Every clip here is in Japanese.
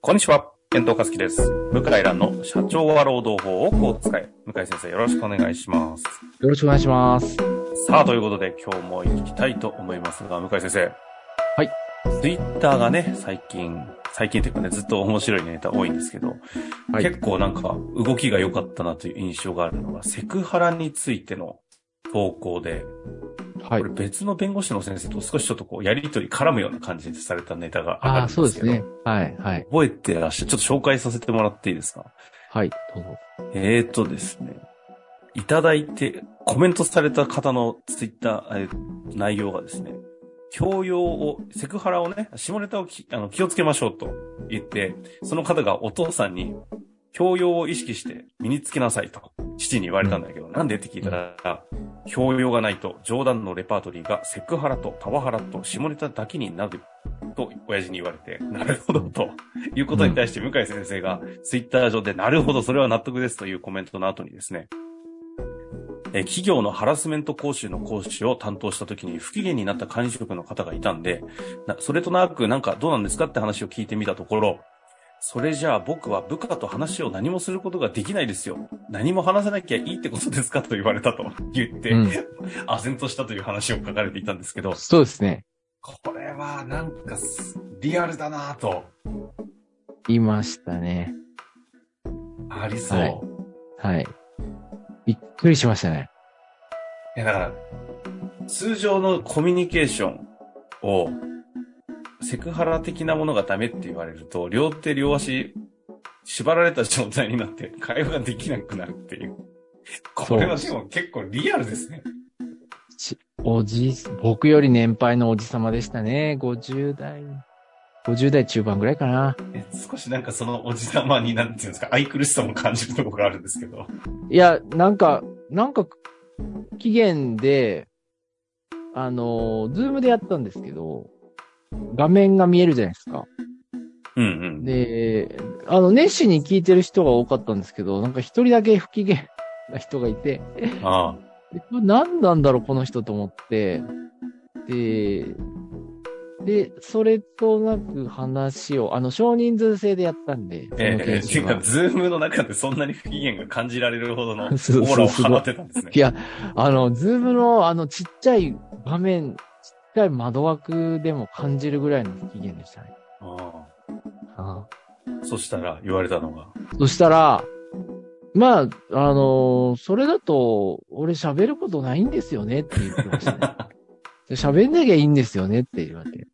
こんにちは、遠藤和樹です。向井蘭の社長は労働法をこう使え。向井先生、よろしくお願いします。よろしくお願いします。さあ、ということで今日も行きたいと思いますが、向井先生。はい。ツイッターがね、最近、最近というかね、ずっと面白いネタ多いんですけど、はい結構なんか動きが良かったなという印象があるのが、セクハラについての投稿で、はいこれ。別の弁護士の先生と少しちょっとこう、やりとり絡むような感じでされたネタがああるんあ、ですけど。そうですね。はい、はい、覚えてらっしゃる。ちょっと紹介させてもらっていいですかはい、どうぞ。えーとですね。いただいて、コメントされた方のツイッター、えー内容がですね、教養を、セクハラをね、下ネタをきあの気をつけましょうと言って、その方がお父さんに、教養を意識して身につけなさいと、父に言われたんだけど、なんでって聞いたら、教養がないと冗談のレパートリーがセクハラとパワハラと下ネタだけになると親父に言われて、なるほどということに対して向井先生がツイッター上でなるほどそれは納得ですというコメントの後にですね、えー企業のハラスメント講習の講師を担当した時に不機嫌になった管理職の方がいたんで、なそれとなくなんかどうなんですかって話を聞いてみたところ、それじゃあ僕は部下と話を何もすることができないですよ。何も話さなきゃいいってことですかと言われたと 言って、うん唖然としたという話を書かれていたんですけど、そうですね。これはなんかすリアルだなぁと、いましたね。ありそう。はいい、はい。びっくりしましたね。や、だから、通常のコミュニケーションを、セクハラ的なものがダメって言われると、両手両足、縛られた状態になって、会話ができなくなるっていう。これはでも結構リアルですね。おじ、僕より年配のおじ様でしたね。50代、50代中盤ぐらいかな。え少しなんかそのおじさまになんていうんですか、愛くるしさも感じるところがあるんですけど。いや、なんか、なんか、期限で、あの、ズームでやったんですけど、画面が見えるじゃないですか。うんうん。で、あの、熱心に聞いてる人が多かったんですけど、なんか一人だけ不機嫌な人がいて、あでこれ何なんだろう、この人と思って。で、で、それとなく話を、あの、少人数制でやったんで、そのええ、研てい修うはか、ズームの中でそんなに不機嫌が感じられるほどのオ そうーそラをうすごい放ってたんですねい。や、あの、ズームのあの、ちっちゃい画面、ちっちゃい窓枠でも感じるぐらいの不機嫌でしたね。あああそしたら言われたのが、あそしたら、まあ、あのそれだと、俺喋ることないんですよねって言ってましたね。で喋んなきゃいいんですよねって言われて。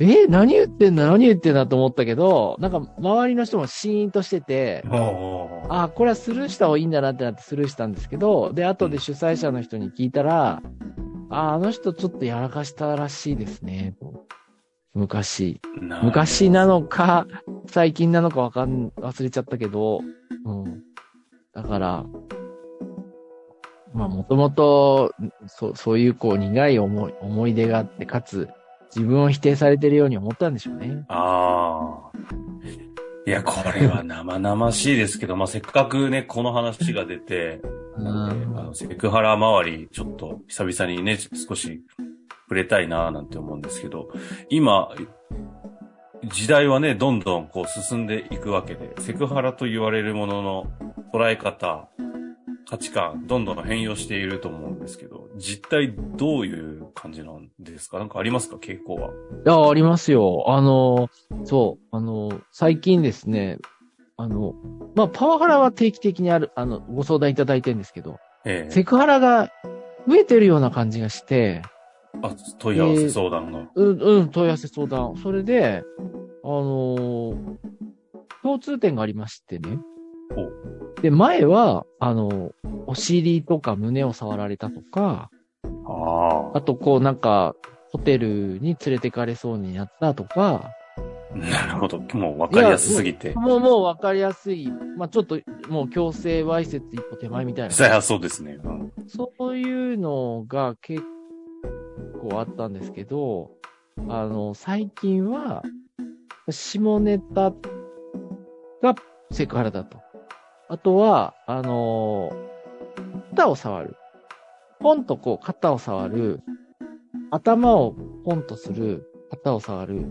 え何言ってんだ何言ってんだと思ったけど、なんか周りの人もシーンとしてて、おうおうおうあこれはスルーした方がいいんだなってなってスルーしたんですけど、で、後で主催者の人に聞いたら、ああの人ちょっとやらかしたらしいですね。と昔。な昔なのか、最近なのかわかん、忘れちゃったけど、うん。だから、まあもともと、そう、そういうこう苦い思い、思い出があって、かつ、自分を否定されてるように思ったんでしょうね。ああ。いや、これは生々しいですけど、まあ、せっかくね、この話が出て、なんであのセクハラ周り、ちょっと久々にね、少し触れたいなぁなんて思うんですけど、今、時代はね、どんどんこう進んでいくわけで、セクハラと言われるものの捉え方、価値観、どんどん変容していると思うんですけど、実態どういう感じなんですかなんかありますか傾向は。いや、ありますよ。あの、そう、あの、最近ですね、あの、まあ、パワハラは定期的にある、あの、ご相談いただいてるんですけど、ええセクハラが増えてるような感じがして、あ、問い合わせ相談が。うん、うん、問い合わせ相談。それで、あの、共通点がありましてねほ。で、前は、あの、お尻とか胸を触られたとか、ああと、こう、なんか、ホテルに連れてかれそうになったとか、あ。なるほど。もう分かりやすすぎて。もう、もう分かりやすい。まあ、ちょっと、もう強制わいせつ一歩手前みたいな。そりゃそうですね。うんそういうのが結構あったんですけど、あの、最近は、下ネタがセクハラだと。あとは、あの、肩を触る。ポンとこう、肩を触る。頭をポンとする。肩を触る。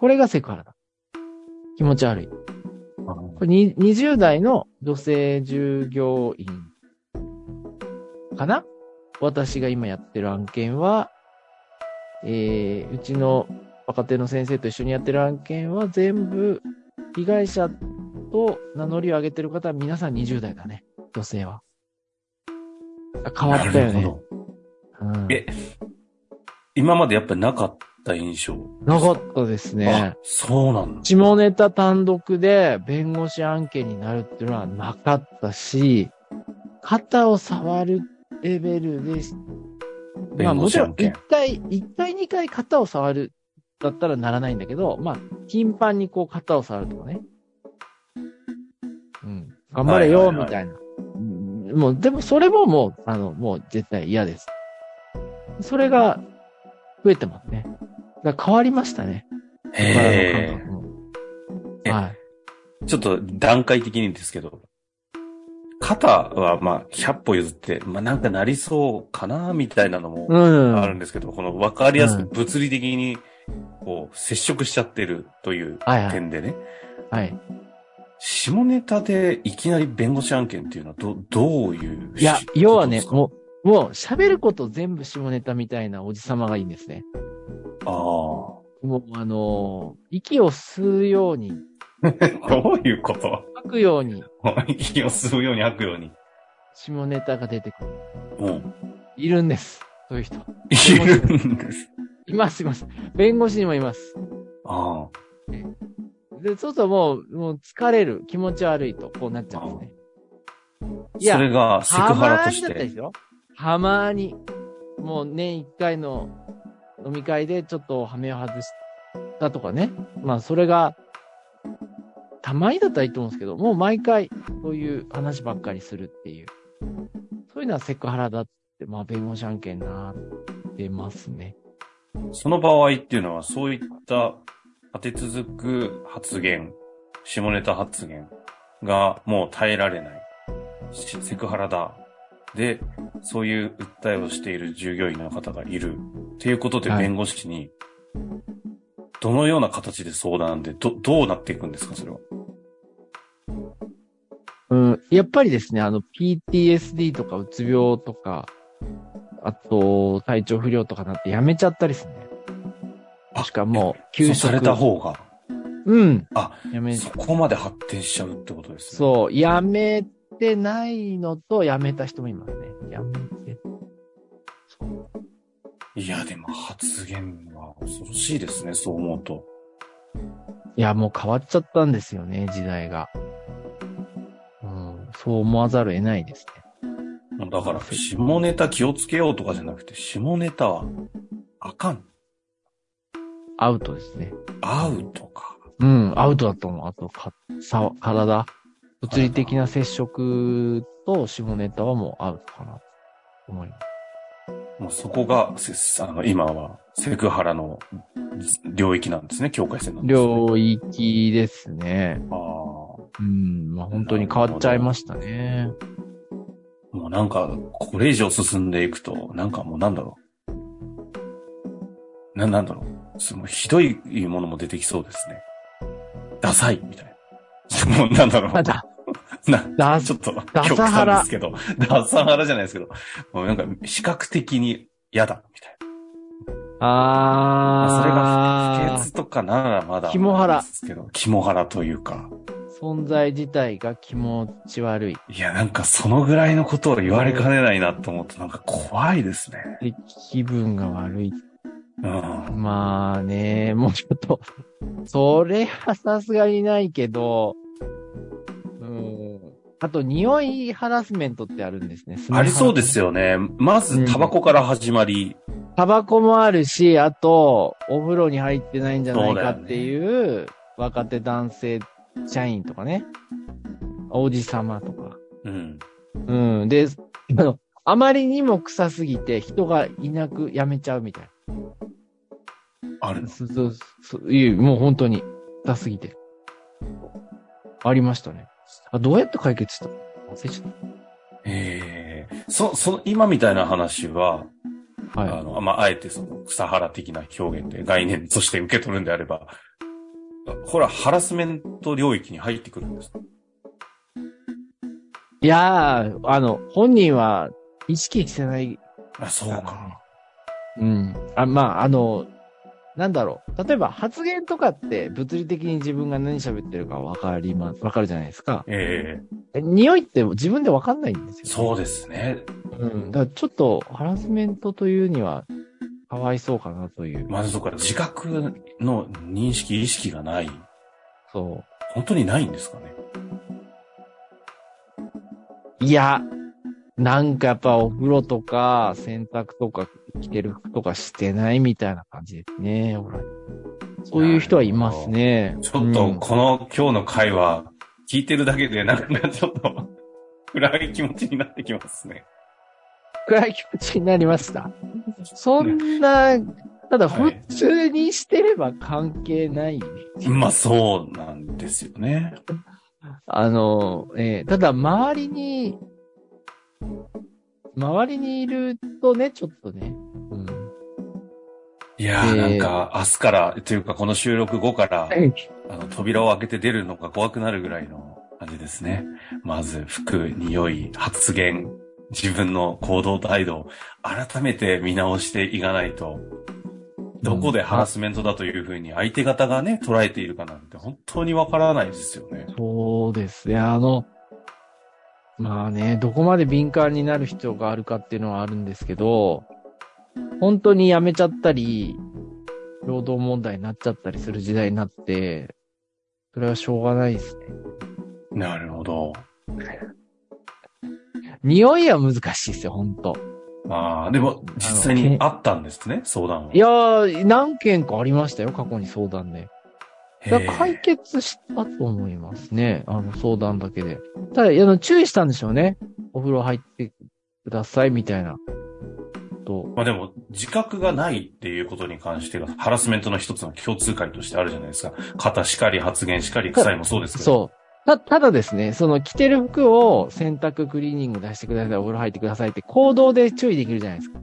これがセクハラだ。気持ち悪い。これに20代の女性従業員かな私が今やってる案件は、えー、うちの若手の先生と一緒にやってる案件は全部被害者と名乗りを上げてる方は皆さん20代だね。女性は。あ変わったよなるね。ほうん、え今までやっぱりなかった印象。なかったですねあ。、そうなんだ。下ネタ単独で弁護士案件になるっていうのはなかったし、肩を触るレベルでし、まあ弁も護ち士ろん案1件。回、一回2回肩を触るだったらならないんだけど、まあ頻繁にこう肩を触るとかね。うん。頑張れはいよ、はいはいみたいな。うんもう、でもそれももう、あの、もう絶対嫌です。それが増えてますね。だから変わりましたね。体のへ感覚もえはい。え。ちょっと段階的にですけど。肩はまあ100歩譲って、まあなんかなりそうかなみたいなのもうん。あるんですけど、この分かりやすうくん物理的にこう接触しちゃってるというはいはい。点でね、はい。下ネタでいきなり弁護士案件っていうのはど、どういういや、要はね、う。もう、もう喋ること全部下ネタみたいなおじさまがいいんですね。ああもう、あのー息を吸うように、ー。どういうこと吐くように、息を吸うように吐くように。下ネタが出てくる。うん。いるんです。そういう人。いるんです。います、います。弁護士にもいます。あで、そうするともう、もう疲れる。気持ち悪いと、こうなっちゃうんですね。あ。それがセクハラとしだったでて。しょたまに。もう年一回の飲み会でちょっとハメを外したとかね。まあそれが、たまにだったらいいと思うんですけど、もう毎回そういう話ばっかりするっていう。そういうのはセクハラだって、まあ弁護士案件なってますね。その場合っていうのは、そういった立て続く発言、下ネタ発言がもう耐えられない。しセクハラだ。で、そういう訴えをしている従業員の方がいる。っていうことではい弁護士に、どのような形で相談で、ど、どうなっていくんですか、それは。うん、やっぱりですね、あの PTSD とかうつ病とか、あと体調不良とかなってやめちゃったりするね。あしかも、そ休う職された方が、うん。あ、やめ、そこまで発展しちゃうってことですね。そう、やめてないのと、やめた人もいますね。やめて。そういや、でも発言は恐ろしいですね、そう思うと。いや、もう変わっちゃったんですよね、時代が。うん、そう思わざるを得ないですね。もうだから、下ネタ気をつけようとかじゃなくて、下ネタは、あかん。アウトですね。合うとか。うん、アウトだと思う。あと、か、さ、体。物理的な接触と下ネタはもうアウトかな。思います。もうそこが、せあの、今は、セクハラの領域なんですね、境界線なんです、ね。領域ですね。ああ。うん、まあ本当に変わっちゃいましたね。もうなんか、これ以上進んでいくと、なんかもうなんだろう。な、なんだろう。すごいひどいものも出てきそうですね。ダサいみたいな。 もうなんだろう。ただ、なダちょっと、ダ極サ端でハラすけど、ダサハラじゃないですけど、もうなんか、視覚的に嫌だ、みたいな。それがあ不潔とかならまだ。肝腹ですけど、肝腹というか。存在自体が気持ち悪い。いや、なんかそのぐらいのことを言われかねないなと思うと、なんか怖いですね。で気分が悪い。うん。まあね、もうちょっと、それはさすがにないけど、うん。あと、匂いハラスメントってあるんですね。ありそうですよ。よね。まず、タバコから始まり、タバコもあるし、あと、お風呂に入ってないんじゃないかっていう、若手男性社員とかね。おじさまとか。うん。うん。で、あの、あまりにも臭すぎて人がいなくやめちゃうみたいあるな。そうそうそういう、もう本当に臭すぎて。ありましたね。あ、どうやって解決した忘れちゃっええそ、その、今みたいな話は、た。はあい。の、まあ、あえてその、草原的な表現で概念として受け取るんであれば、ほら、ハラスメント領域に入ってくるんですかいやー、あの、本人は意識してない。あ、そうか。うん。あ、まあ、あの、なんだろう。例えば発言とかって物理的に自分が何喋ってるかわかります。わかるじゃないですか。ええ匂いって自分でわかんないんですえよ。そうですね。うん。だからちょっとハラスメントというには、かわいそうかなという。まずそうか、自覚の認識、意識がない。そ本当にないんですかね。う。いや、なんかやっぱお風呂とか、洗濯とか、着てる服とかしてないみたいな感じですね。ほら。そういう人はいますね。ちょっうと、んこの今日の会話、聞いてるだけで、なんかちょっと、暗い気持ちになってきますね。暗い気持ちになりました。そんな、たはだ普い通にしてれば関係ない。まあ、そうなんですよね。あの、えーただ周りに、周りにいるとね、ちょっとね。うん。 いやー、えなんーか、明日から、というか、この収録後から、あの、扉を開けて出るのが怖くなるぐらいの感じですね。まず、服、匂い、発言、自分の行動態度を改めて見直していかないと、どこでハラスメントだというふうに相手方がね、捉えているかなんて本当にわからないですよね。そうですね。あの、まあね、どこまで敏感になる必要があるかっていうのはあるんですけど、本当に辞めちゃったり、労働問題になっちゃったりする時代になって、それはしょうがないですね。なるほど。匂いは難しいですよ、本当まあ、でも、実際にあったんですね、相談は。いやー、何件かありましたよ、過去に相談で。へだー、から解決したと思いますね。あの、相談だけで。ただ、あの、注意したんでしょうね。お風呂入ってください、みたいな。と。まあでも、自覚がないっていうことに関してが、ハラスメントの一つの共通解としてあるじゃないですか。肩しかり、発言しかり、臭いもそうですけど。そう。た、ただですね、その着てる服を洗濯クリーニング出してください、お風呂入ってくださいって行動で注意できるじゃないですか。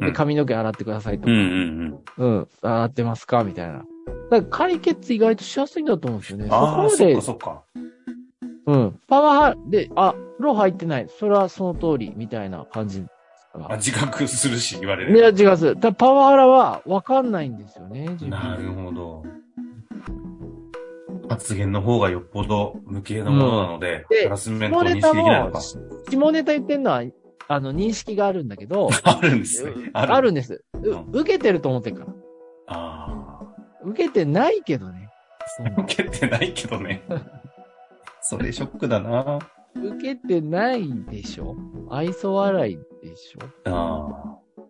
うで、ん髪の毛洗ってくださいとうか、んうんうん。うん、洗ってますかみたいな。だから解決意外としやすいんだと思うんですよね。そこああ、まそっでか、そっか。うん、パワハラで、あ、風呂入ってない。それはその通り、みたいな感じですあか自覚するし、言われら。いや、る。違うんです。だパワハラはわかんないんですよね、自分なるほど。発言の方がよっぽど無形なものなので、うんでハラスメントを認識できないのか。下ネタ言ってんのは、あの、認識があるんだけど、あるんですね。 ある。あるんです。ううん受けてると思ってるから。あ受けてないけどね。あ。受けてないけど ね。それショックだな。受けてないでしょ愛想笑いでしょああ。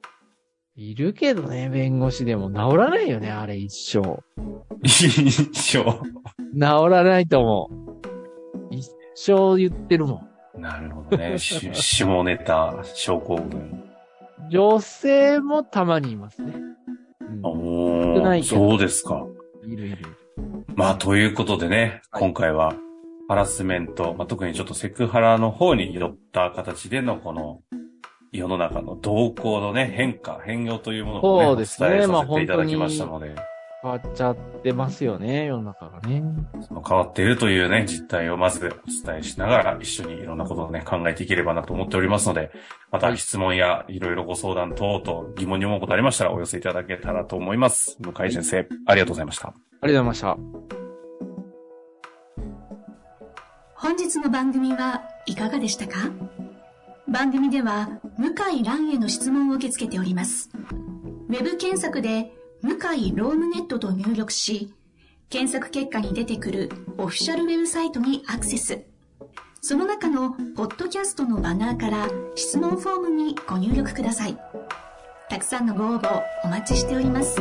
いるけどね、弁護士でも治らないよね、あれ一生。 印象。治らないと思う。一生言ってるもん。なるほどね。し下ネタ、症候群。女性もたまにいますね。うんお少なーいけどそうですか。いるいる。まあ、ということでね、はい今回は、ハラスメント、まあ、特にちょっとセクハラの方に寄った形での、この、世の中の動向のね、変化、変容というものを、ね、そうですねお伝えまさあせていただきましたので、変わっちゃってますよね、世の中がね。その変わっているというね、実態をまずお伝えしながら、一緒にいろんなことをね、考えていければなと思っておりますので、また質問やいろいろご相談等々疑問に思うことありましたらお寄せいただけたらと思います。向井先生、ありがとうございました。ありがとうございました。本日の番組はいかがでしたか番組では向井蘭への質問を受け付けておりますウェブ検索で「向井ロームネット」と入力し検索結果に出てくるオフィシャルウェブサイトにアクセスその中のポッドキャストのバナーから質問フォームにご入力くださいたくさんのご応募お待ちしております